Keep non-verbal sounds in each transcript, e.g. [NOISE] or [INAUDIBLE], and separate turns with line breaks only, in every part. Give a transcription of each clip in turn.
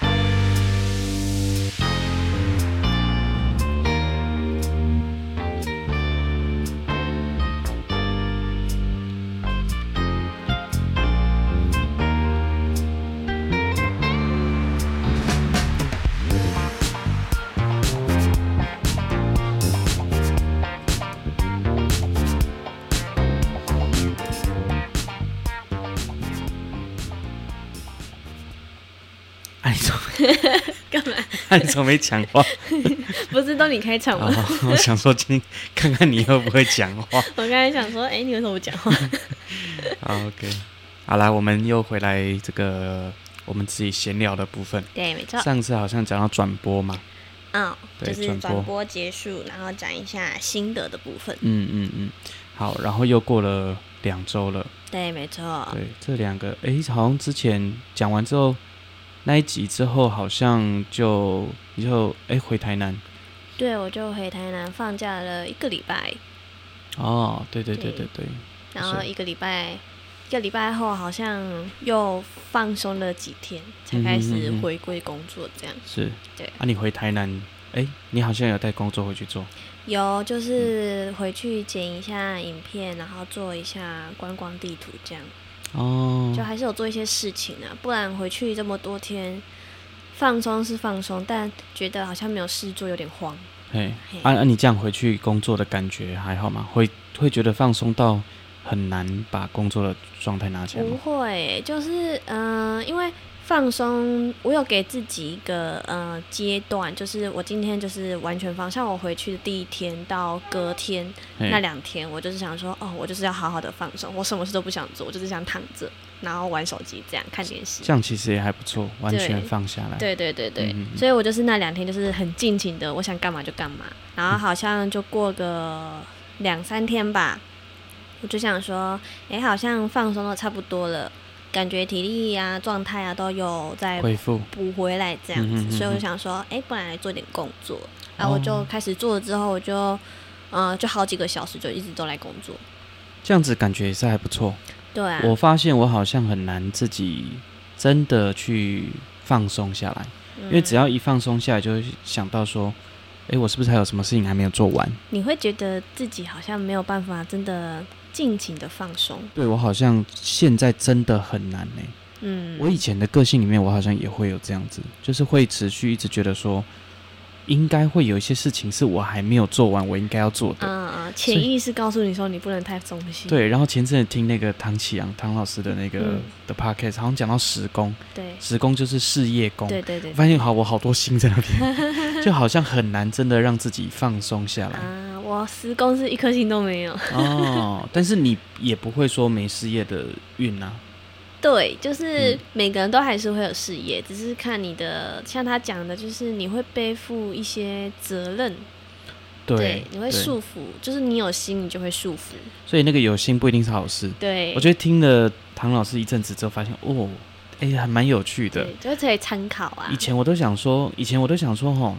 [LAUGHS] 哎、啊，你怎么？
[LAUGHS] 干嘛？
哎、 [LAUGHS] 啊，你怎么没讲
[LAUGHS]
话？
[LAUGHS] 不是都你开场吗？
哦我想说今天看看你会不会讲
[LAUGHS]
话。
我刚才想说，哎、你为什么不讲话？
好，OK，好啊啦，我们又回来这个我们自己闲聊的部分。
[LAUGHS] 对，没错，
上次好像讲到转播嘛，
嗯，就
对
是
转播
转播结束，然后讲一下心得的部分。
嗯嗯嗯，好，然后又过了两周了，
对，没错，
对，这两个，哎、好像之前讲完之后那一集之后，好像就你就哎、回台南
对我就回台南放假了一个礼拜，
哦，对对对
对
对对，
然后
是
一个礼拜，一个礼拜后好像又放松了几天，才开始
嗯哼嗯哼
回归工作这样。
是，
对
啊，你回台南，哎、你好像有带工作回去做，
有，就是回去剪一下影片，然后做一下观光地图，这样
哦，
就还是有做一些事情啊。不然回去这么多天，放松是放松，但觉得好像没有事做，有点慌。
嘿，
嘿
按、啊、你这样回去工作的感觉还好吗？会会觉得放松到很难把工作的状态拿起来
不
吗？
会，就是嗯、呃因为放松，我有给自己一个呃阶段，就是我今天就是完全放，像我回去的第一天到隔天
嘿
那两天，我就是想说，哦，我就是要好好的放松，我什么事都不想做，我就是想躺着，然后玩手机这样看电视。
这样其实也还不错，完全
对
放下来。
对对对对，
嗯嗯嗯
所以我就是那两天就是很尽情的，我想干嘛就干嘛，然后好像就过个两三天吧，我就想说，哎，好像放松的差不多了，感觉体力啊、状态啊都有在
恢复
补回来这样子，
嗯嗯嗯嗯
所以我就想说，哎，不然来做点工作，然
哦
后我就开始做了之后，我就，呃，就好几个小时就一直都来工作，
这样子感觉也是还不错。
对啊，
我发现我好像很难自己真的去放松下来，因
嗯
为只要一放松下来，就会想到说，哎、我是不是还有什么事情还没有做完？
你会觉得自己好像没有办法真的尽情的放松，
对我好像现在真的很难呢、
嗯，
我以前的个性里面，我好像也会有这样子，就是会持续一直觉得说，应该会有一些事情是我还没有做完，我应该要做的。
嗯嗯，潜意识告诉你说你不能太松懈。
对，然后前阵子听那个唐启阳唐老师的那个、
嗯
的 podcast，好像讲到时工，
对
时工就是事业工。
对对对
我发现好，我好多心在那
[LAUGHS]
边，就好像很难真的让自己放松下来
啊，我十公是一颗星都没有。
哦。但是你也不会说没事业的运啊，
对，就是
嗯
每个人都还是会有事业，只是看你的，像他讲的，就是你会背负一些责任，
对，
你会
对
束缚，就是你有心，你就会束缚。
所以那个有心不一定是好事。
对，
我觉得听了唐老师一阵子之后，发现哦，哎、还蛮有趣的。
对，就可以参考啊
以。前我都想说，以前我都想说，吼，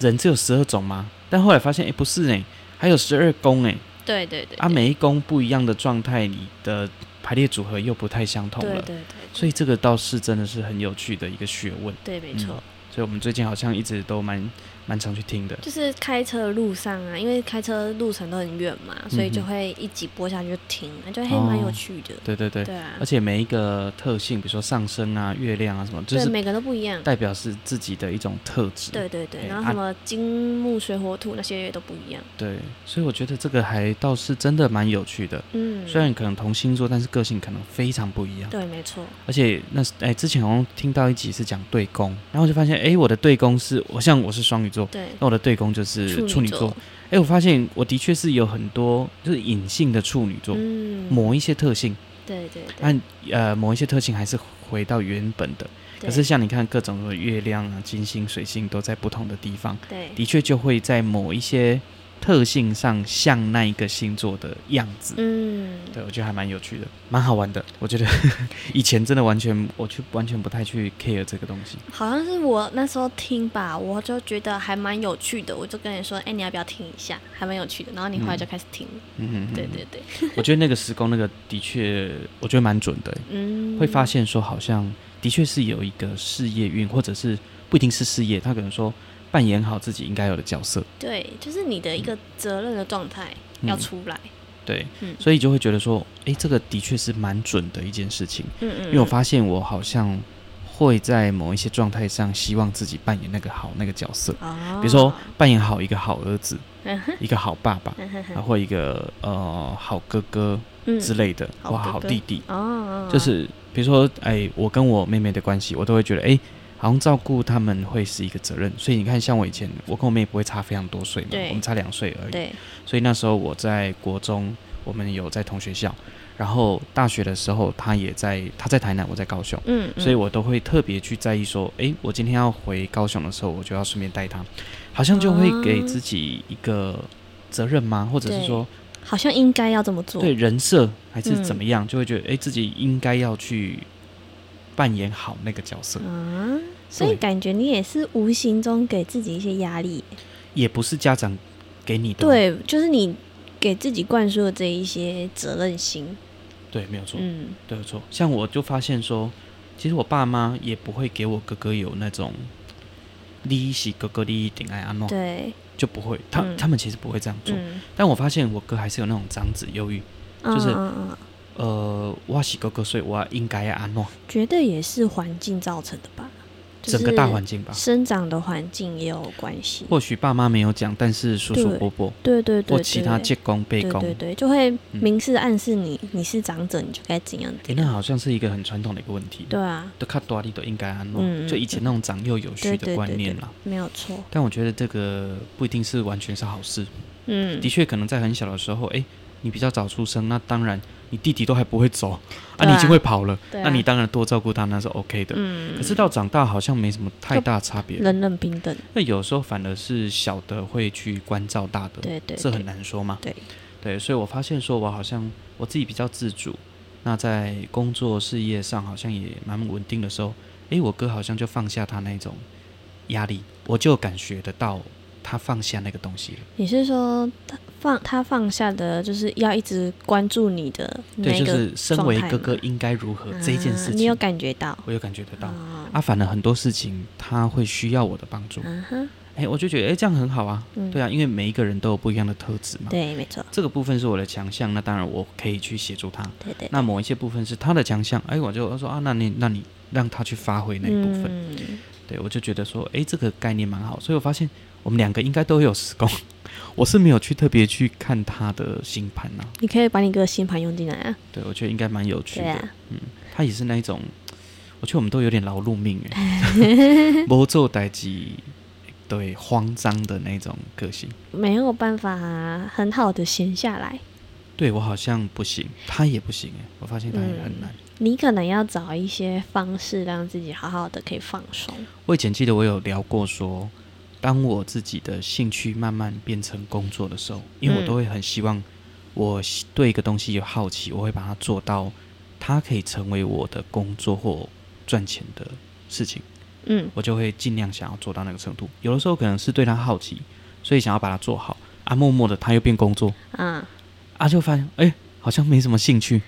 人只有十二种吗？但后来发现，哎、不是哎、还有十二宫哎，
对对对，
啊，每一宫不一样的状态，你的排列组合又不太相同
对
了。
对对对，
所以嗯这个倒是真的是很有趣的一个学问。
对没错。
所以我们最近好像一直都蛮蛮常去听的。
就是开车的路上啊，因为开车路程都很远嘛，所以就
嗯哼
会一集播下去就停，就还蛮有
哦
趣的。
对对对，
对啊
而，且每一个特性，比如说上升啊、月亮啊什么，就
对
是
每个都不一样。
代表是自己的一种特质。
对对对，
对
然后
啊
什么金木水火土那些也都不一样。
对，所以我觉得这个还倒是真的蛮有趣的。
嗯，
虽然可能同星座，但是个性可能非常不一样。
对，没错，
而且那是哎，之前好像听到一集是讲对宫，然后我就发现哎，我的对宫是我像我是双鱼座，
对，
那我的对宫就是处
女
女座。，哎，我发现我的确是有很多就是隐性的处女座，
嗯，
某一些特性，
对对对，
但呃某一些特性还是回到原本的。
对
可是像你看各种的月亮啊、金星、水星都在不同的地方，
对
的确就会在某一些特性上像那一个星座的样子。
嗯，
对，我觉得还蛮有趣的，蛮好玩的。我觉得 [LAUGHS] 以前真的完全，我去完全不太去 care 这个东西。
好像是我那时候听吧，我就觉得还蛮有趣的，我就跟你说，哎、你要不要听一下？还蛮有趣的。然后你后来就开始听，
嗯哼哼
对对对，
我觉得那个时空那个的确，我觉得蛮准的欸、
嗯，
会发现说好像的确是有一个事业运，或者是不一定是事业，他可能说扮演好自己应该有的角色。
对，就是你的一个责任的状态
嗯
要出来，
对，
嗯
所以就会觉得说，诶，这个的确是蛮准的一件事情，
嗯嗯，
因为我发现我好像会在某一些状态上，希望自己扮演那个好那个角色，
哦，
比如说扮演好一个好儿子，
嗯哼，
一个好爸爸，
嗯哼哼
然后一个呃好哥哥
嗯
之类的，
好
或
哥
好
哥
弟弟，
哦哦，哦
就是比如说，哎，我跟我妹妹的关系，我都会觉得，哎，好像照顾他们会是一个责任。所以你看，像我以前，我跟我妹不会差非常多岁嘛
对，
我们差两岁而已。
对，
所以那时候我在国中，我们有在同学校，然后大学的时候，她也在，她在台南，我在高雄。
嗯，
所以
嗯
我都会特别去在意说，哎，我今天要回高雄的时候，我就要顺便带她，好像就会给自己一个责任吗？或者是
哦对
说，
好像应该要这么做，
对人设还是怎
嗯
么样，就会觉得哎、诶自己应该要去扮演好那个角色，
啊，所以
对
感觉你也是无形中给自己一些压力，
也不是家长给你的。哦
对，就是你给自己灌输的这一些责任心，
对，没有错，
嗯，
对，没有错。像我就发现说，其实我爸妈也不会给我哥哥有那种利息哥哥利益顶爱安诺，
对，
就不会，他、
嗯
他们其实不会这样做。
嗯，
但我发现我哥还是有那种长子忧郁，就是
嗯嗯嗯，
呃，我喜哥哥，所以我应该要安诺，
绝对也是环境造成的吧，就是
整个大环境吧。啊
生长的环境也有关系，
或许爸妈没有讲，但是叔叔
对
伯伯
对对对，
或
对
其他借公被
对
公，
对对，就会
嗯
明示暗示你，你是长者，你就该怎样
诶，
怎
那
样，
好像是一个很传统的一个问题。
对，啊，
都看多利都应该安诺，
嗯嗯
就以前那种长幼有序
对对
的
对
观念
对
啦。，
没有错，
但我觉得这个不一定是完全是好事。
嗯
的，确，可能在很小的时候，诶，你比较早出生，那当然你弟弟都还不会走，啊，
对啊
你已经会跑了，
对啊
那你当然多照顾他那是 OK 的。
嗯，
可是到长大好像没什么太大差别，
人人平等，
那有时候反而是小的会去关照大的，
对对，
这
对
很难说嘛。
对
对，所以我发现说，我好像我自己比较自主，那在工作事业上好像也蛮稳定的时候，诶，我哥好像就放下他那种压力，我就感觉得到他放下那个东西了。
你是说他放他放下的，就是要一直关注你的那
对，
个
就是身为
状态
哥哥
吗
应该如何、
啊
这件事
你有
情，
感觉到？
我有感觉得到。
哦
啊，反而很多事情他会需要我的帮助，
嗯哼，
诶，我就觉得诶，这样很好啊，
嗯
对啊，因为每一个人都有不一样的特质嘛，
对，没错，
这个部分是我的强项，那当然我可以去协助他。
对对，
那某一些部分是他的强项，哎，我就说啊，那你那你让他去发挥那一部分，
嗯、
对我就觉得说，哎，这个概念蛮好，所以我发现我们两个应该都有时工， [LAUGHS] 我是没有去特别去看他的星盘呐、
你可以把你哥的星盘用进来啊，
对我觉得应该蛮有趣
对
的，
啊，
他也是那一种，我觉得我们都有点劳碌命哎，
[LAUGHS]
不做代志，对慌张的那种个性，
没有办法很好的闲下来，
对我好像不行，他也不行哎，我发现他也很
嗯
难。
你可能要找一些方式让自己好好的可以放松，
我以前记得我有聊过说，当我自己的兴趣慢慢变成工作的时候，因为我
嗯
都会很希望我喜对一个东西有好奇，我会把它做到，它可以成为我的工作或赚钱的事情，
嗯
我就会尽量想要做到那个程度。有的时候可能是对它好奇，所以想要把它做好啊，默默的它又变工作
啊，
啊，就发现哎、好像没什么
[LAUGHS]
兴趣。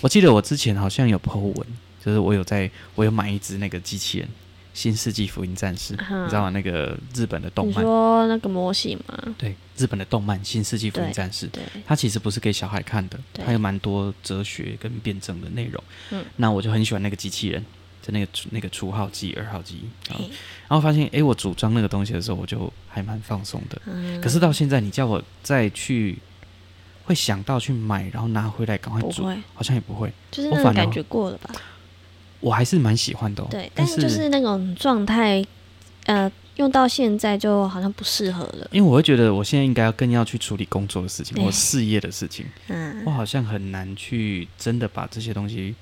我记得我之前好像有 po 文，就是我有在我有买一只那个机器人。新世纪福音战士，
你
你知道吗？那个日本的动
啊你
漫，
说那个模型吗？
对，日本的动漫《新世纪福音
对
战士》，
对，
它其实不是给小孩看的，
对
它有蛮多哲学跟辩证的内容。
嗯
那我就很喜欢那个机器人，就那个那个初号机、二号机，然后
嘿
然后发现，哎诶，我组装那个东西的时候，我就还蛮放松的。
嗯
可是到现在，你叫我再去，会想到去买，然后拿回来赶快
不
组，
会，
好像也不会。
就是
我
那
反
种
而
感觉过了吧？
我还是蛮喜欢的、哦，
对，但
但
是就是那种状态，呃，用到现在就好像不适合了。
因为我会觉得我现在应该要更要去处理工作的事情，
对
我事业的事情。
嗯
我好像很难去真的把这些东西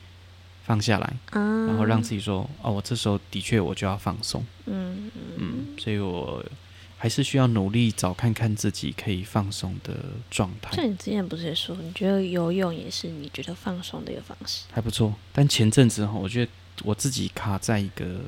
放下来，
啊，
然后让自己说，哦，我这时候的确我就要放松，
嗯
嗯，所以我还还是需要努力找看看自己可以放松的状
像
态，
你之前不是也说，你觉得游泳也是你觉得放松的一个方式？
还不错。但前阵子哈，我觉得我自己卡在一个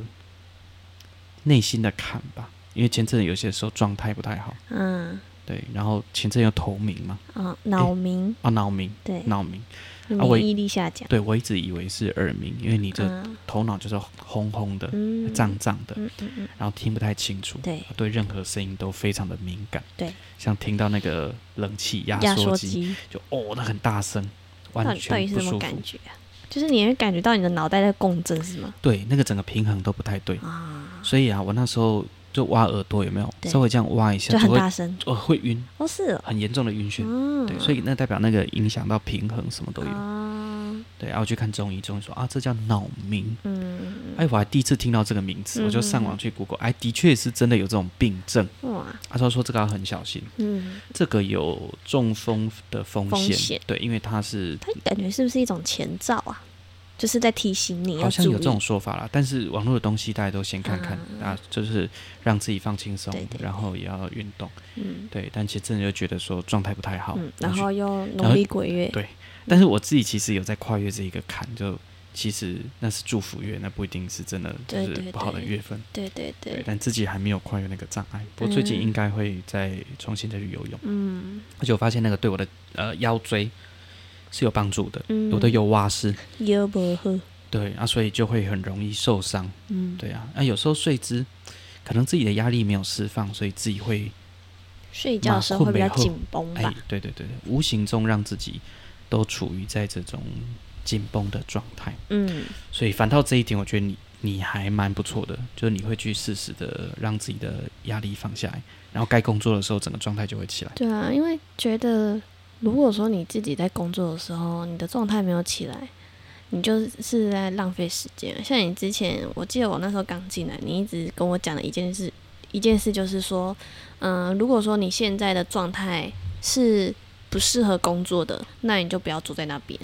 内心的坎吧，因为前阵子有些时候状态不太好，
嗯，
对，然后前阵有头鸣嘛，
啊，脑鸣，
啊脑鸣，
对，
脑鸣，
你
啊我
免疫力下降。
对我一直以为是耳鸣，因为你这
嗯
头脑就是轰轰的、
嗯，
胀胀的，
嗯嗯嗯，
然后听不太清楚，
对，
对任何声音都非常的敏感，
对，
像听到那个冷气压
压
缩
缩
机，
机，
就哦那很大声，
到
完
底到
全
底是
不
什么
舒
感
服，
觉啊？就是你会感觉到你的脑袋在共振是吗？
对，那个整个平衡都不太对，
啊，
所以啊，我那时候就挖耳朵有没有，
对
稍微这样挖一下
就很
会
大声，
哦会晕，
哦是哦，
很严重的晕眩。
嗯，
对，所以那代表那个影响到平衡，什么都有。
啊，
对，然后我去看中医，中医说啊，这叫脑鸣。
嗯，
哎，我还第一次听到这个名词，我就上网去 Google，哎，的确是真的有这种病症。啊
哇，
他说说这个要很小心，
嗯，
这个有中风的风险，
风险
对，因为它是
它感觉是不是一种前兆啊？就是在提醒你
好
要
像
注
有
意
这，种说法啦。但是网络的东西大家都先看看
啊
啊，就是让自己放轻松
对对，对
然后也要运动，
嗯
对。但其实真的就觉得说状态不太好
嗯，，然
去
后又
然后
农历鬼月，
对但是我自己其实有在跨越这一个坎，就其实那是祝福月，那不一定是真的就
对
是
对
不好的
对
月份。
对对
对
对，，
但自己还没有跨越那个障碍。不过最
嗯
近应该会再重新再去游泳，
嗯
而且我发现那个对我的呃腰椎是有帮助的，
嗯，
我都有蛙式，
腰不好，
对啊，所以就会很容易受伤。
嗯，
对啊，那、有时候睡姿可能自己的压力没有释放，所以自己会
睡觉的时候会比较紧绷
哎
吧，，
对对对，对无形中让自己都处于在这种紧绷的状态。
嗯，
所以反倒这一点，我觉得你你还蛮不错的，就是你会去适时的让自己的压力放下来，然后该工作的时候，整个状态就会起来。
对啊，因为觉得如果说你自己在工作的时候，你的状态没有起来，你就是在浪费时间。像你之前，我记得我那时候刚进来，你一直跟我讲的一件事，一件事就是说，嗯、如果说你现在的状态是不适合工作的，那你就不要坐在那边，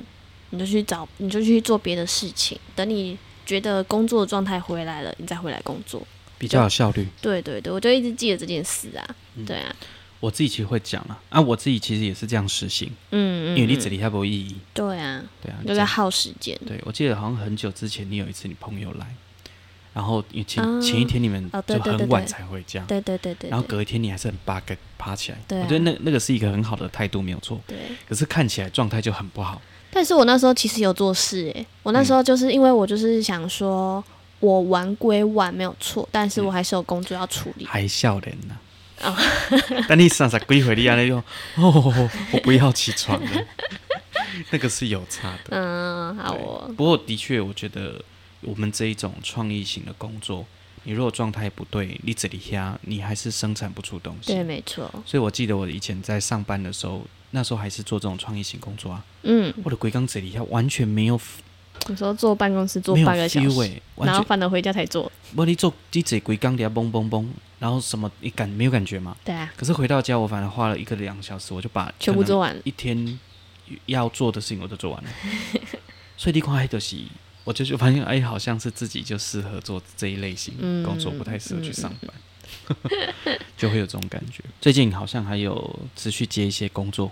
你就去找，你就去做别的事情。等你觉得工作状态回来了，你再回来工作。
比较有效率。
对对对，我就一直记得这件事啊
嗯。
对啊，
我自己其实会讲啊，啊，我自己其实也是这样实行，
嗯，嗯
因为你
嗯
这里还没有意义，
对啊，
对啊，
就
这
在
样
耗时间。
对我记得好像很久之前，你有一次你朋友来，然后因为前、
啊
前一天你们
哦对
就
对对
很晚
对
才回家，
对对对对，
然后隔一天你还是很八个爬起来，
对啊
我觉得那那个是一个很好的态度，没有错。
对对。
可是看起来状态就很不好，
但是我那时候其实有做事诶、我
嗯
那时候就是因为我就是想说，我玩归玩没有错，但是我还是有工作要处理。
嗯还笑脸呢。
嗯哦
[LAUGHS] 但你上上几回你安尼用， [LAUGHS] 哦，我不要起床了， [LAUGHS] 那个是有差的。
嗯，好
对
哦，
不过的确，我觉得我们这一种创意型的工作，你如果状态不对，你这里下你还是生产不出东西。
对，没错，
所以我记得我以前在上班的时候，那时候还是做这种创意型工作啊，
嗯，
我的鬼刚这里下完全没有
你说坐办公室坐
没有
半个小
feel
时，
欸完
然后
全。
反而回家才做，
我你做你这鬼刚底下嘣嘣嘣，然后什么你感没有感觉嘛？
对啊，
可是回到家，我反而花了一个两小时，我就把
全部
可能
做完了，
一天要做的事情我都做 [LAUGHS] 完了，所以你看，就是我就就发现，哎，好像是自己就适合做这一类型
嗯
工作，不太适合去
嗯
上班，嗯 [LAUGHS] 就会有这种感觉。最近好像还有持续接一些工作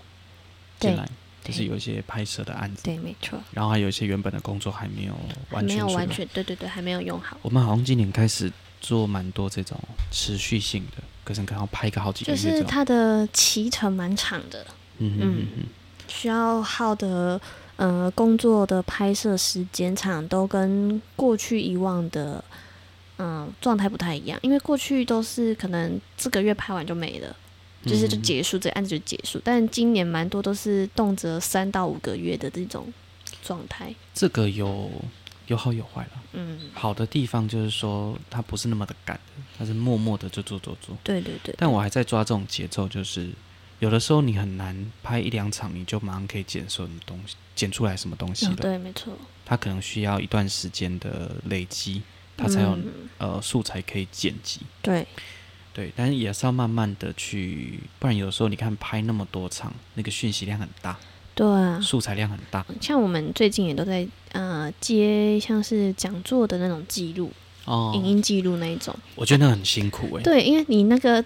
进来，
对
就是有一些拍摄的案子，
对，没错，
然后还有一些原本的工作还没有完
没
全
有
出来
完。全，对对对，还没有用好，
我们好像今年开始做蛮多这种持续性的，可是可能要拍个好几个
就
月这
是
种。
它的骑程蛮长的，
嗯嗯嗯嗯，
需要耗的呃工作的拍摄时间长，都跟过去以往的嗯、状态不太一样，因为过去都是可能这个月拍完就没了，就是就
嗯
结束、这个案子就结束，但今年蛮多都是动辄三到五个月的这种状态，
这个有有好有坏啦。
嗯，
好的地方就是说，它不是那么的赶，它是默默的就做做做。
对对对，
但我还在抓这种节奏，就是有的时候你很难拍一两场，你就马上可以剪什么东西，剪出来什么东西
嗯
了。
对，没错，
它可能需要一段时间的累积，它才有、
嗯、
呃素材可以剪辑。
对，
对，但是也是要慢慢的去，不然有时候你看拍那么多场，那个讯息量很大，
对啊，
素材量很大
像我们最近也都在呃接像是讲座的那种记录、
哦。
影音记录那一种。
我觉得那很辛苦哎、
对，因为你那个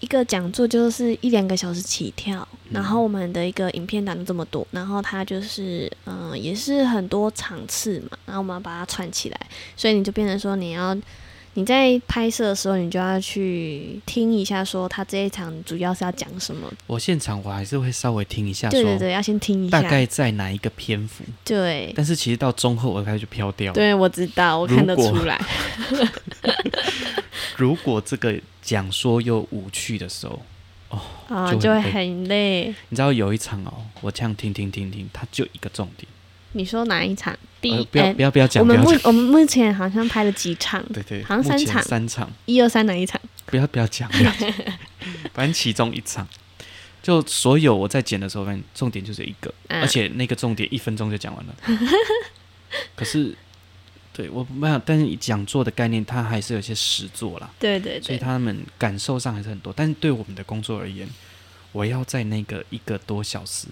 一个讲座就是一两个小时起跳，
嗯
然后我们的一个影片档就这么多，然后它就是嗯、呃也是很多场次嘛，然后我们要把它串起来，所以你就变成说你要你在拍摄的时候，你就要去听一下说他这一场主要是要讲什么，
我现场我还是会稍微听一下，
对对
说
对，要先听一下
大，概在哪一个篇幅，
对
但是其实到中后我开始就飘掉了。
对，我知道，我看得
如果
出来，
如果这个讲说又无趣的时候，
啊，
就
就会
会
很累。
你知道有一场哦，我这样听听听听，它就一个重点，
你说哪一场？第一
呃、不要
哎
不要不要讲，
我
不
们
要
目
讲，
我们目前好像拍了几场，
对对，
好像
目
三
前
场
三场，
一二三哪一场？
不要不要讲，不要讲 [LAUGHS] 反正其中一场，就所有我在剪的时候，反正重点就是一个，
嗯
而且那个重点一分钟就讲完了。 [LAUGHS] 可是，对我没有，但是讲座的概念，它还是有一些实作啦，
对对
所
对，
以他们感受上还是很多。但是对我们的工作而言，我要在那个一个多小时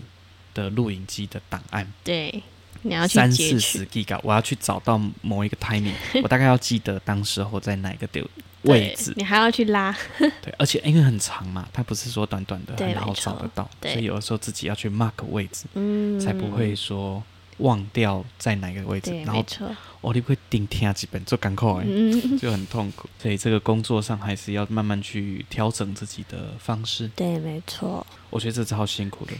的录影机的档案，
对，你要去
三
截
四
取，
十 G 稿，我要去找到某一个
[LAUGHS]
timing，我大概要记得当时候在哪一个丢位
对
置。
你还要去拉，
对，而且因为很长嘛，它不是说短短的
对
很好
没错
找得到，所
对
以有的时候自己要去 mark 位置，
嗯，
才不会说忘掉在哪个位置，
对，
然
没
后
错，
哦，你会顶天几本做赶快，
嗯，
就很痛苦。所以这个工作上还是要慢慢去调整自己的方式。
[LAUGHS] 对，没错，
我觉得这超辛苦的。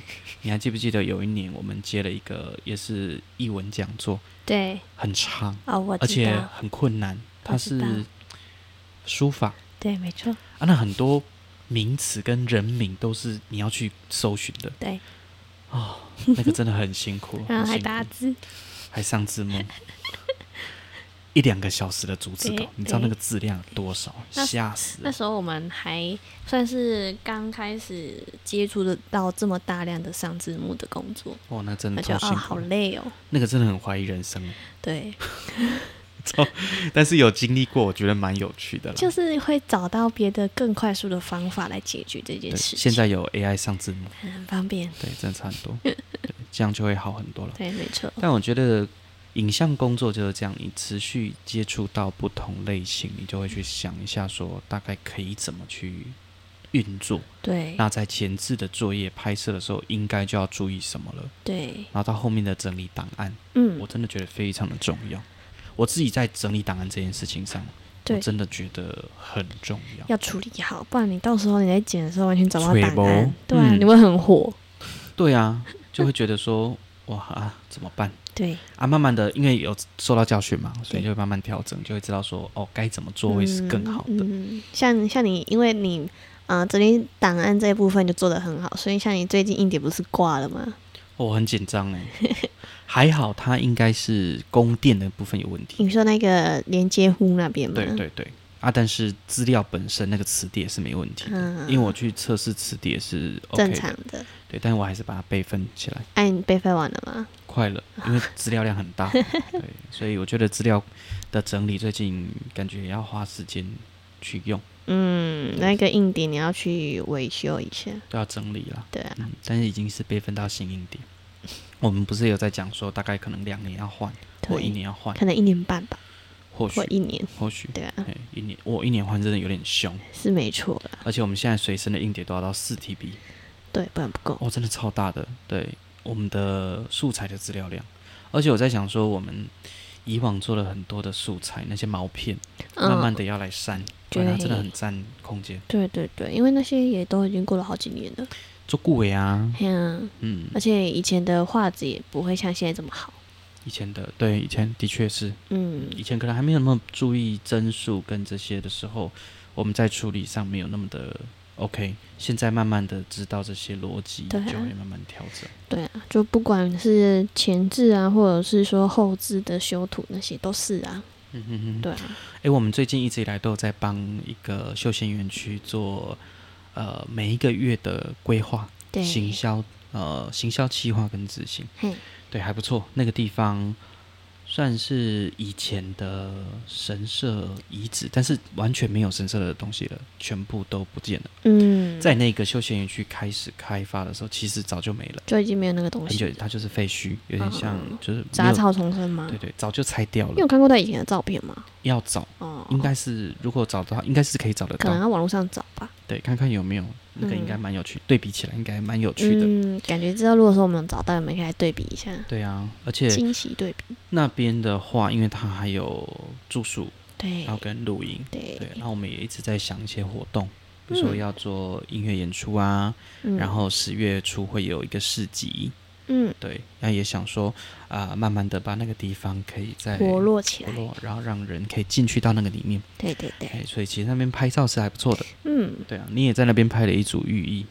你还记不记得有一年我们接了一个也是译文讲座，
对，
很长，
哦，我
而
知
且
道，
很困难，它
我知道
是书法。
对，没错，
啊，那很多名词跟人名都是你要去搜寻
[LAUGHS]
的，
对，
哦，那个真的很辛苦，
然后嗯
很
还
辛苦
打字，
还上字幕， [LAUGHS] 一两个小时的逐字
对
稿，你知道那
对
个质量有多少，
那
吓死
那
了。
时候我们还算是刚开始接触得到这么大量的上字幕的工作，
哦，那真
那
的
就
超
哦，
辛苦
好，累哦，
那个真的很怀疑人生，
对，
[LAUGHS] 但是有经历过，我觉得蛮有趣的啦。
就是会找到别的更快速的方法来解决这件
对，
事情。
现在有 AI 上字幕，
很方便，
对，真的差很多，对这样就会好很多了。
对，没错，
但我觉得影像工作就是这样，你持续接触到不同类型，你就会
嗯
去想一下说大概可以怎么去运作。
对
那在前置的作业拍摄的时候，应该就要注意什么了。
对，
然后到后面的整理档案，
嗯
我，真的觉得非常的重要。我自己在整理档案这件事情上，我
对，
真的觉得很重要。
要处理好，不然你到时候你在剪的时候完全找不到
吹
档
毛
案，对啊，
嗯
你会很火，
对啊，就会觉得说哇啊怎么办？
对，
啊，慢慢的，因为有受到教训嘛，所以就会慢慢调整，就会知道说哦该怎么做会是更好的。
嗯，嗯像像你，因为你。啊、整理档案这一部分就做得很好，所以像你最近硬碟不是挂了吗？
我、很紧张哎， [LAUGHS] 还好它应该是供电的部分有问题。
你说那个连接户那边吗？
对对对，啊，但是资料本身那个磁碟是没问题的，
嗯，
因为我去测试磁碟是 OK
正
的，
常的。
对，但是我还是把它备份起来，
哎、你备份完了吗？
快了，因为资料量很
[LAUGHS]
大，对，所以我觉得资料的整理最近感觉也要花时间去用，
嗯，那个硬碟你要去维修一下。
都要整理啦。
对啊，
嗯，但是已经是备份到新硬碟。我们不是有在讲说，大概可能两年要换，或一
对
年要换，
可能一年半吧，
或
或
许
一年，
或许，
对啊，
哎，一年我一年换真的有点凶，
是没错啦，
而且我们现在随身的硬碟都要到四 TB，
对，不然不够。
哦，真的超大的，对我们的素材的资料量，而且我在想说，我们以往做了很多的素材，那些毛片，哦慢慢
嗯，
的要来删，不然它真的很占空间。
对对对，因为那些也都已经过了好几年了，
做顾伟啊，
嘿啊，
嗯，
而且以前的画质也不会像现在这么好。
以前的对，以前的确是，
嗯，
以前可能还没有那么注意帧数跟这些的时候，我们在处理上没有那么的 OK。现在慢慢的知道这些逻辑，
对啊
就会慢慢调整。
对啊，就不管是前置啊，或者是说后置的修图那些都是啊，
嗯哼哼，
对啊，
哎、我们最近一直以来都有在帮一个休闲园区做，呃，每一个月的规划、
对，
行销、呃，行销计划跟执行。
嘿，
对，还不错。那个地方算是以前的神社遗址，但是完全没有神社的东西了，全部都不见了。
嗯，
在那个休闲园区开始开发的时候，其实早就没了，
就已经没有那个东
很
西
久
了，，
它就是废墟，有点像
嗯
就是没
杂
有，
草丛生吗
对？对，早就拆掉
你有
了。
看过他以前的照片吗？
要找
哦，
应该是如果找到，应该是可以找得
可能
到。
要网络上找吧。
对，看看有没有那个应该蛮有趣，对比起来应该蛮有趣的。
嗯，感觉之后如果说我们有找到，我们可以来对比一下，
对啊，而且
惊喜对比。
那边的话，因为它还有住宿，
对
然后跟露营，
对
对，然后我们也一直在想一些活动，比如说
嗯
要做音乐演出啊，
嗯
然后十月初会有一个市集，
嗯，
对，那也想说啊、慢慢的把那个地方可以再
活络起
哎活
来，
络，然后让人可以进去到那个里面，
对对对，
哎，所以其实那边拍照是还不错的，
嗯，
对啊，你也在那边拍了一组浴衣，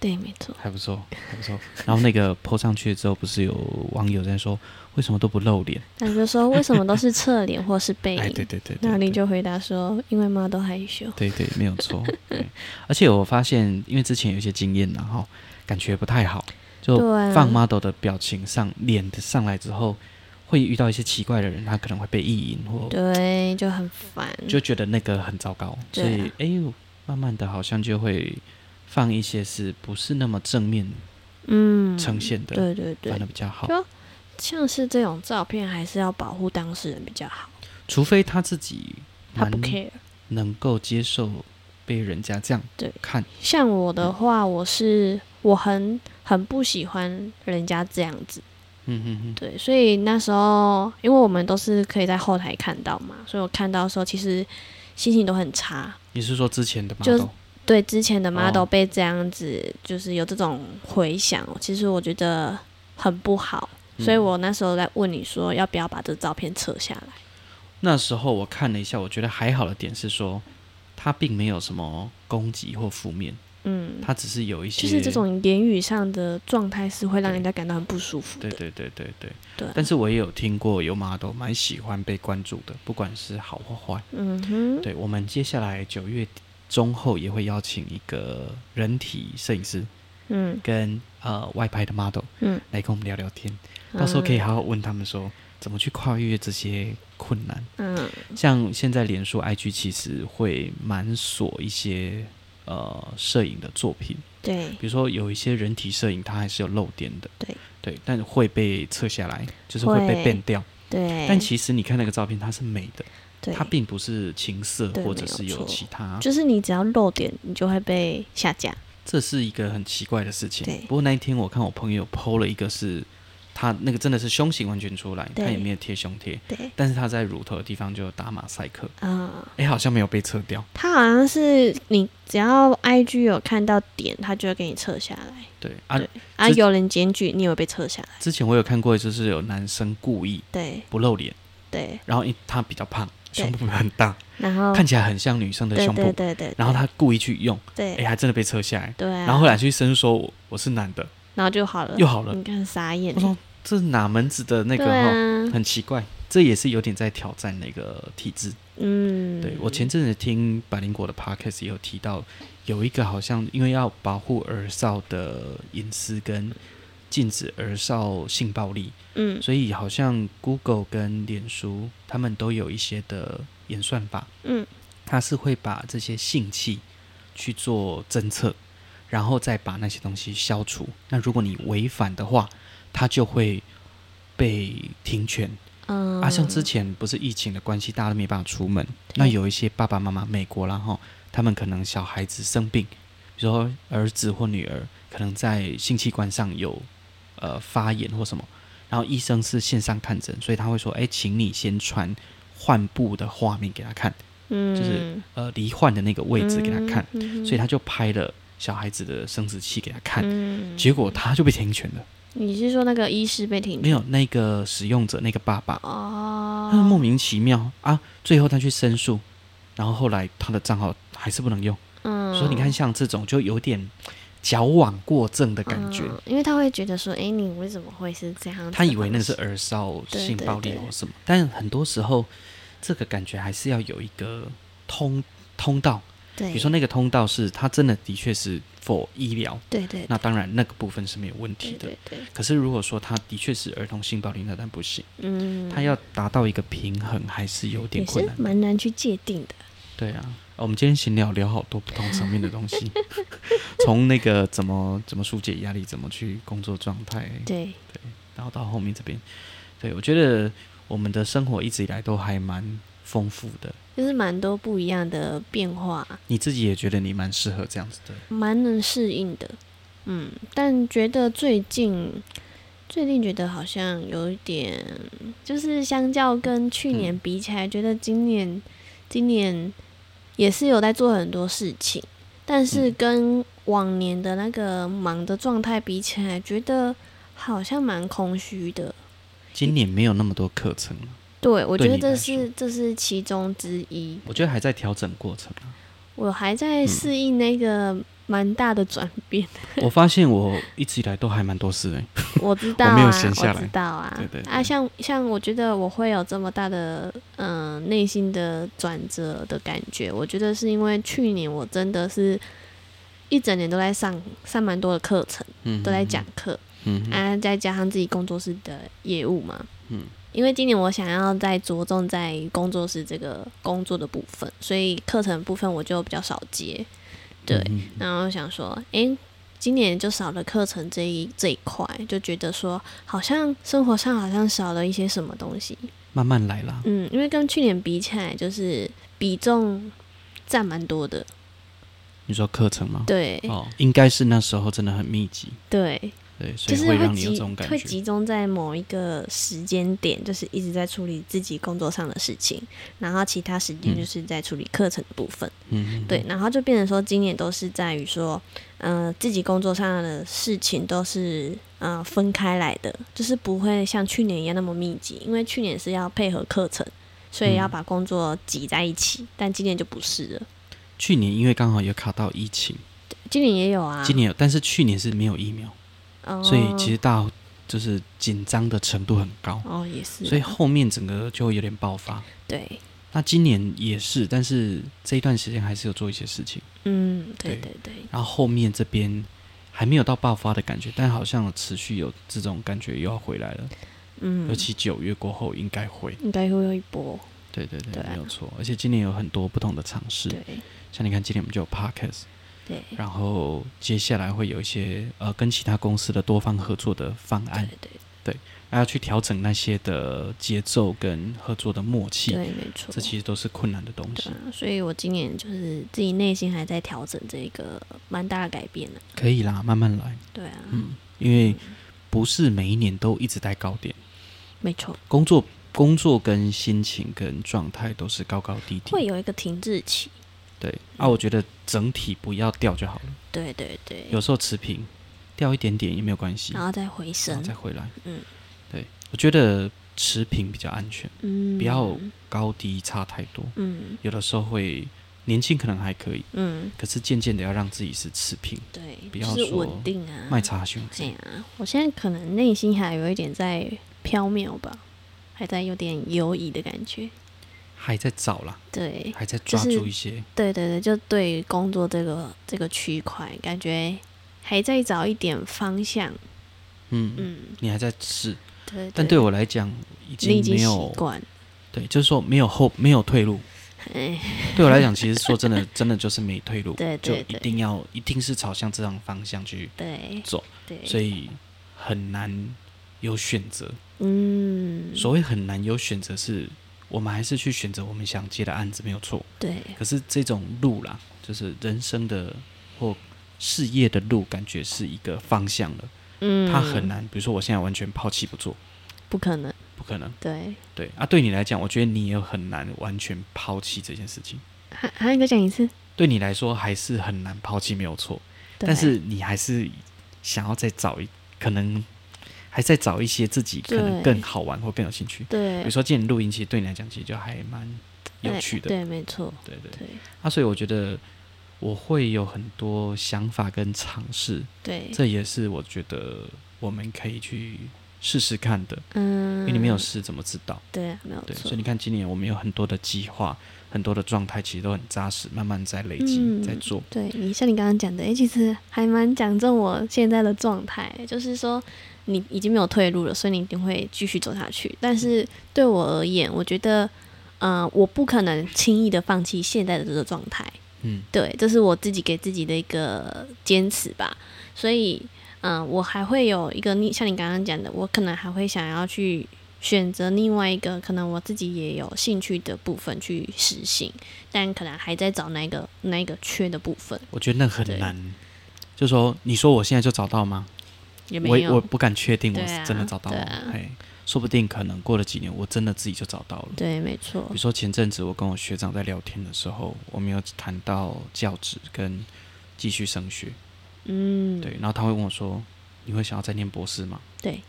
对，没错，
还不错，还不错。然后那个 po 上去之后，不是有网友在说，为什么都不露脸？
那就说为什么都是侧脸或是背
哎，对
影？
对对对
那你
对
就回答说，因为妈都害羞。
对对，没有错。对，而且我发现，因为之前有一些经验，然后感觉不太好，就
对啊
放 model 的表情上脸的上来之后，会遇到一些奇怪的人，他可能会被意淫或
对，就很烦。
就觉得那个很糟糕，所
对啊
以哎呦，慢慢的好像就会放一些是不是那么正面
嗯，
呈现的，
对对对
反而，比较好
就。像是这种照片，还是要保护当事人比较好。
除非他自己
他
蛮
不 care。
能够接受被人家这样
对
看，
像我
嗯
的话，我是我很很不喜欢人家这样子，
嗯嗯嗯，
对，所以那时候因为我们都是可以在后台看到嘛，所以我看到的时候其实心情都很差。
你是说之前的吗？
就对之前的 model
哦
被这样子，就是有这种回响，其实我觉得很不好。
嗯
所以我那时候在问你说要不要把这照片撤下来，
那时候我看了一下，我觉得还好的点是说，他并没有什么攻击或负面，
嗯，
他只是有一些
就是这种言语上的状态是会让人家感到很不舒服的
对。对对对对。
对
但是我也有听过有 model 蛮喜欢被关注的，不管是好或坏。
嗯哼，
对我们接下来九月中后也会邀请一个人体摄影师
嗯
跟呃外拍的 model
嗯，
来跟我们聊聊天，到时候可以好好问他们说怎么去跨越这些困难。
嗯，
像现在脸书 IG 其实会蛮锁一些呃摄影的作品，
对
比如说有一些人体摄影它还是有漏点的，
对
对，但会被撤下来，就是会被
会
变掉。
对，
但其实你看那个照片，它是美的，
对
它并不是情色
对
或者是
没有
有
错
其他，
就是你只要露点，你就会被下架。
这是一个很奇怪的事情
对。
不过那一天我看我朋友 PO 了一个是。他那个真的是胸型完全出来，他
对
也没有贴胸贴，
对
但是他在乳头的地方就有打马赛克，
啊、
哎、好像没有被撤掉。
它好像是你只要 IG 有看到点，它就会给你撤下来。
对啊，
对啊，
这
有人检举，你有被撤下来？
之前我有看过，就是有男生故意
对
不露脸，
对，
然后因他比较胖，
对
胸部很大，
然后
看起来很像女生的
对
胸部
对，对对，
然后他故意去用，哎，
对
还真的被撤下来。
对啊，
然后后来去申诉说我我是男的，
然后就好了，
又好了
你看傻眼
我，说这哪门子的那
对
个哈，
啊，
很奇怪，这也是有点在挑战那个体制。
嗯，
对我前阵子听百灵果的 podcast 也有提到，有一个好像因为要保护儿少的隐私跟禁止儿少性暴力，
嗯
所以好像 Google 跟脸书他们都有一些的演算法，
嗯，
它是会把这些性器去做侦测，然后再把那些东西消除。那如果你违反的话，它就会被停权。
嗯
啊，像之前不是疫情的关系，大家都没办法出门，那有一些爸爸妈妈，美国然后他们可能小孩子生病，比如说儿子或女儿可能在性器官上有呃发炎或什么，然后医生是线上看诊，所以他会说，哎，请你先传患部的画面给他看，
就是
呃，罹患的那个位置给
嗯
他看，，所以
他
他就拍了小孩子的生殖器给他看，
嗯
结果他就被停权了，
你是说那个医师被停
没有那个使用者那个爸爸。
哦
他，莫名其妙啊！最后他去申诉，然后后来他的账号还是不能用，
嗯，
所以你看，像这种就有点矫枉过正的感觉。
嗯因为他会觉得说，哎，你为什么会是这样子的方式？
他以为那个是儿少
对
性
对
暴力
对
或什么，但很多时候这个感觉还是要有一个通通道。
对，
比如说那个通道是他真的的确是 for 医疗，
对对
那当然那个部分是没有问
对
题的。
对对，
可是如果说他的确是儿童性暴力，那但不行，
嗯，
他要达到一个平衡还是有点
也
困
是
难的。
蛮难去界定的，
对啊，呃我们今天闲聊聊好多不同层面的
[LAUGHS]
东西，从那个怎么怎么疏解压力，怎么去工作状态，
对，
然后到后面这边，对我觉得我们的生活一直以来都还蛮丰富的，
就是蛮多不一样的变化，
你自己也觉得你蛮适合这样子的，
蛮能适应的。嗯，但觉得最近最近觉得好像有一点，就是相较跟去年比起来，觉得今年今年也是有在做很多事情，但是
嗯
跟往年的那个忙的状态比起来，觉得好像蛮空虚的。
今年没有那么多课程了，
对，我觉
对
得
你
这
来
是这是其中之一。
我觉得还在调整过程啊。
我还
嗯
在适应那个蛮大的转变，
我发现我一直以来都还蛮多事哎、
我知道啊，
我没有闲下来
我知道啊，
对对对
啊，像像我觉得我会有这么大的嗯、呃内心的转折的感觉，我觉得是因为去年我真的是一整年都在上上蛮多的课程，
嗯，
都在讲课，
嗯，嗯，
啊，再加上自己工作室的业务嘛，
嗯，
因为今年我想要再着重在工作室这个工作的部分，所以课程部分我就比较少接，对，
嗯嗯
然后想说，诶，今年就少了课程这一这一块，就觉得说好像生活上好像少了一些什么东西。
慢慢来啦。
嗯，因为跟去年比起来，就是比重占蛮多的。
你说课程吗？
对、
哦，应该是那时候真的很密集，
对，
对，
就
所以
是
会
会
让你有
集
这种感
会
觉。
集中在某一个时间点，就是一直在处理自己工作上的事情，然后其他时间
嗯
就是在处理课程的部分。
嗯，嗯
对，，然后就变成说，今年都是在于说，嗯、自己工作上的事情都是嗯、呃分开来的，就是不会像去年一样那么密集，因为去年是要配合课程，所以要
嗯
把工作挤在一起，但今年就不是了。
去年因为刚好也卡到疫情，
今年也有啊，
今年有，但是去年是没有疫苗，
哦、
所以其实大家就是紧张的程度很高，
哦也是啊，
所以后面整个就会有点爆发。
对，
那今年也是，但是这一段时间还是有做一些事情，
嗯，对对
对
对，
然后后面这边还没有到爆发的感觉，但好像持续有这种感觉又要回来了，
嗯
尤，其九月过后应该会。
应该会有一波，
对对对，
对啊
没有错。而且今年有很多不同的尝试，
对
像你看今年我们就有 podcast，
对
然后接下来会有一些呃跟其他公司的多方合作的方案
对，对
还要去调整那些的节奏跟合作的默契，
对，没错
这。其实都是困难的东
对
西。
啊，所以我今年就是自己内心还在调整这个蛮大的改变啊呢、
可以啦，慢慢来，
对啊，
嗯，因为不是每一年都一直在高点，
没错，
工作工作跟心情跟状态都是高高低
会
低，
有一个停滞期。
对啊，我觉得整体不要掉就好了，
对对对，
有时候持平，掉一点点也没有关系，
然后再回
然
升
后，再回来。
嗯，
对，我觉得持平比较安全，
嗯，
不要高低差太多。
嗯
有的时候会年轻可能还可以，
嗯，
可是渐渐的要让自己是持平，
对，
不
就
要
是
说
稳定啊。
卖茶兄
哎
弟。
呀，我现在可能内心还有一点在飘渺吧，还在有点犹疑的感觉。
还在找啦，
对
还在
就
抓
是
住一些。
对对对，就对于工作这个这个区块，感觉还在找一点方向。
嗯，
嗯，
你还在试，
对，
但对我来讲已
你已
经
经
没
习
有
惯了。
对，就是说没有后没有退路。
哎，
对我来讲，其实
[LAUGHS]
说真的，真的就是没退路，
对
就
对
一
对
定要一定是朝向这样的方向去
对
走，
对，
所以很难有选择。
嗯，
所谓很难有选择是，我们还是去选择我们想接的案子没有错。
对
可是这种路啦，就是人生的或事业的路，感觉是一个方向了，
嗯，
它很难。比如说我现在完全抛弃不做，
不可能，
不可能。
对。
对啊，对你来讲，我觉得你也很难完全抛弃这件事情。
还还有一个讲一次，
对你来说还是很难抛弃，没有错。
对
但是你还是想要再找一，可能还在找一些自己可
对
能更好玩或更有兴趣。
对
比如说，今天录音其实对你来讲，其实就还蛮有
哎
趣的。
对，没错，
对对
对
啊，所以我觉得我会有很多想法跟尝试，
对，
这也是我觉得我们可以去试试看的，
嗯，
因为你没有试怎么知道？
对啊，没有
对，
错
所以，你看今年我们有很多的计划，很多的状态其实都很扎实，慢慢在累积，
嗯
在做。
对你像你刚刚讲的，哎，其实还蛮讲中我现在的状态，就是说你已经没有退路了，所以你一定会继续走下去。但是对我而言，我觉得，呃，我不可能轻易的放弃现在的这个状态，
嗯，
对，这是我自己给自己的一个坚持吧。呃所以，嗯、我还会有一个你像你刚刚讲的，我可能还会想要去选择另外一个可能我自己也有兴趣的部分去实行，但可能还在找那个那个缺的部分，
我觉得那很
对
难。就说你说我现在就找到吗？
也
我
没
也我
有。
不敢确定
对
我
啊
是真的找到
对
吗？
啊
嘿，说不定可能过了几年，我真的自己就找到了。
对，没错
比如，说前阵子我跟我学长在聊天的时候，我们有谈到教职跟继续升学，
嗯，
对，然后他会问我说：“你会想要再念博士吗？”
对，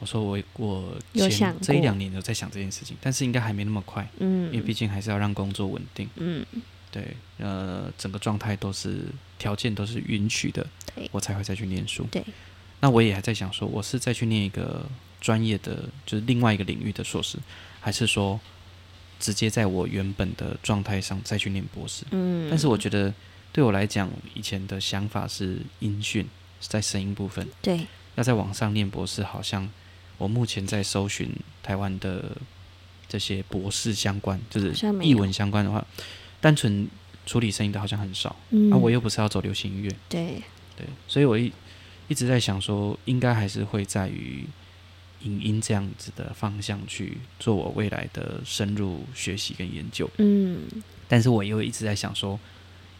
我说我我
有想
前
过
这一两年有在想这件事情，但是应该还没那么快，因为
嗯
毕竟还是要让工作稳定。
嗯，
对，呃，整个状态都是条件都是允许的
对，
我才会再去念书。
对，
那我也还在想说，我是再去念一个专业的，就是另外一个领域的硕士，还是说直接在我原本的状态上再去念博士？
嗯，
但是我觉得对我来讲，以前的想法是音讯是在声音部分，
对
要在网上念博士，好像我目前在搜寻台湾的这些博士相关，就是
好像没有
译文相关的话，单纯处理声音的好像很少。
嗯，
啊，我又不是要走流行音乐，
对
对，所以我一一直在想说，应该还是会在于影音这样子的方向去做我未来的深入学习跟研究。
嗯
但是我又一直在想说，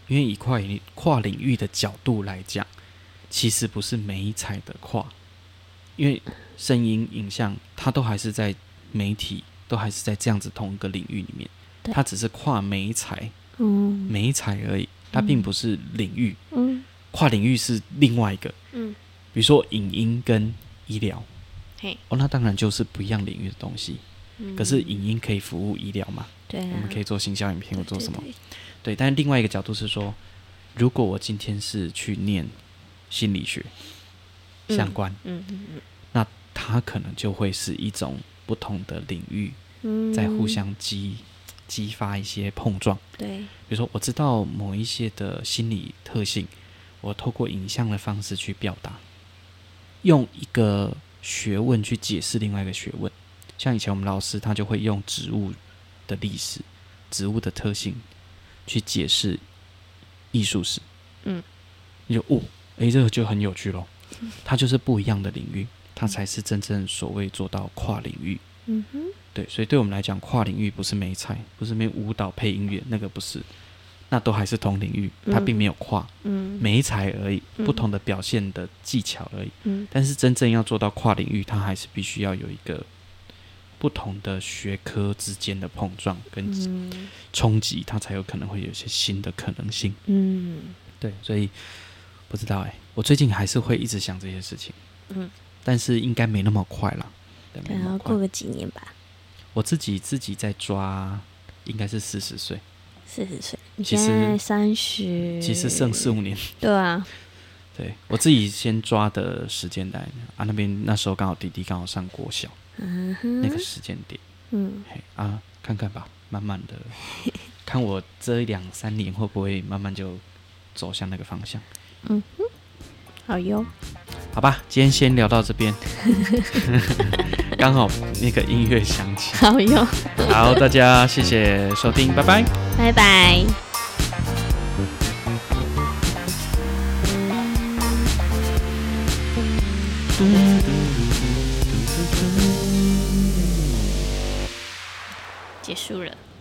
因为以跨领跨领域的角度来讲，其实不是每一彩的跨，因为声音、影像，它都还是在媒体，都还是在这样子同一个领域里面，
对
它只是跨媒材、
嗯
媒材而已，它
嗯
并不是领域，
嗯
跨领域是另外一个，
嗯，
比如说影音跟医疗。
嘿，
哦，那当然就是不一样领域的东西。
嗯
可是影音可以服务医疗嘛？
对啊，
我们可以做行销影片，
对
或做什么？？
对对
对，但是另外一个角度是说，如果我今天是去念心理学
嗯
相关，
嗯嗯
那它可能就会是一种不同的领域
嗯，
在互
嗯
相激、激发一些碰撞。
对，
比如说，我知道某一些的心理特性，我透过影像的方式去表达，用一个学问去解释另外一个学问。像以前我们老师他就会用植物的历史、植物的特性去解释艺术史。
嗯，
你就哦，诶，这个就很有趣咯。它就是不一样的领域，它才是真正所谓做到跨领域。
嗯哼，
对，所以对我们来讲，跨领域不是美菜，不是没舞蹈配音乐，那个不是，那都还是同领域，它
嗯
并没有跨
嗯，
美才而已，
嗯
不同的表现的技巧而已。
嗯
但是真正要做到跨领域，它还是必须要有一个不同的学科之间的碰撞跟
嗯
冲击，它才有可能会有一些新的可能性。
嗯
对，所以不知道哎、我最近还是会一直想这些事情，
嗯，
但是应该没那么快啦。对没
然
那
后
么快
过个几年吧，
我自己自己在抓，应该是四十岁，
四十岁，你
其
现
实
在三十，
其实剩四五年。
对啊，
对我自己先抓的时间来啊，那边那时候刚好弟弟刚好上国小、
嗯哼，
那个时间点，
嗯
嘿啊，看看吧，慢慢的， [LAUGHS] 看我这一两三年会不会慢慢就走向那个方向，
嗯哼，好哟，
好吧，今天先聊到这边， [LAUGHS] 刚好那个音乐响起，
好哟，
好，大家谢谢收听，拜拜。
拜拜。结束了。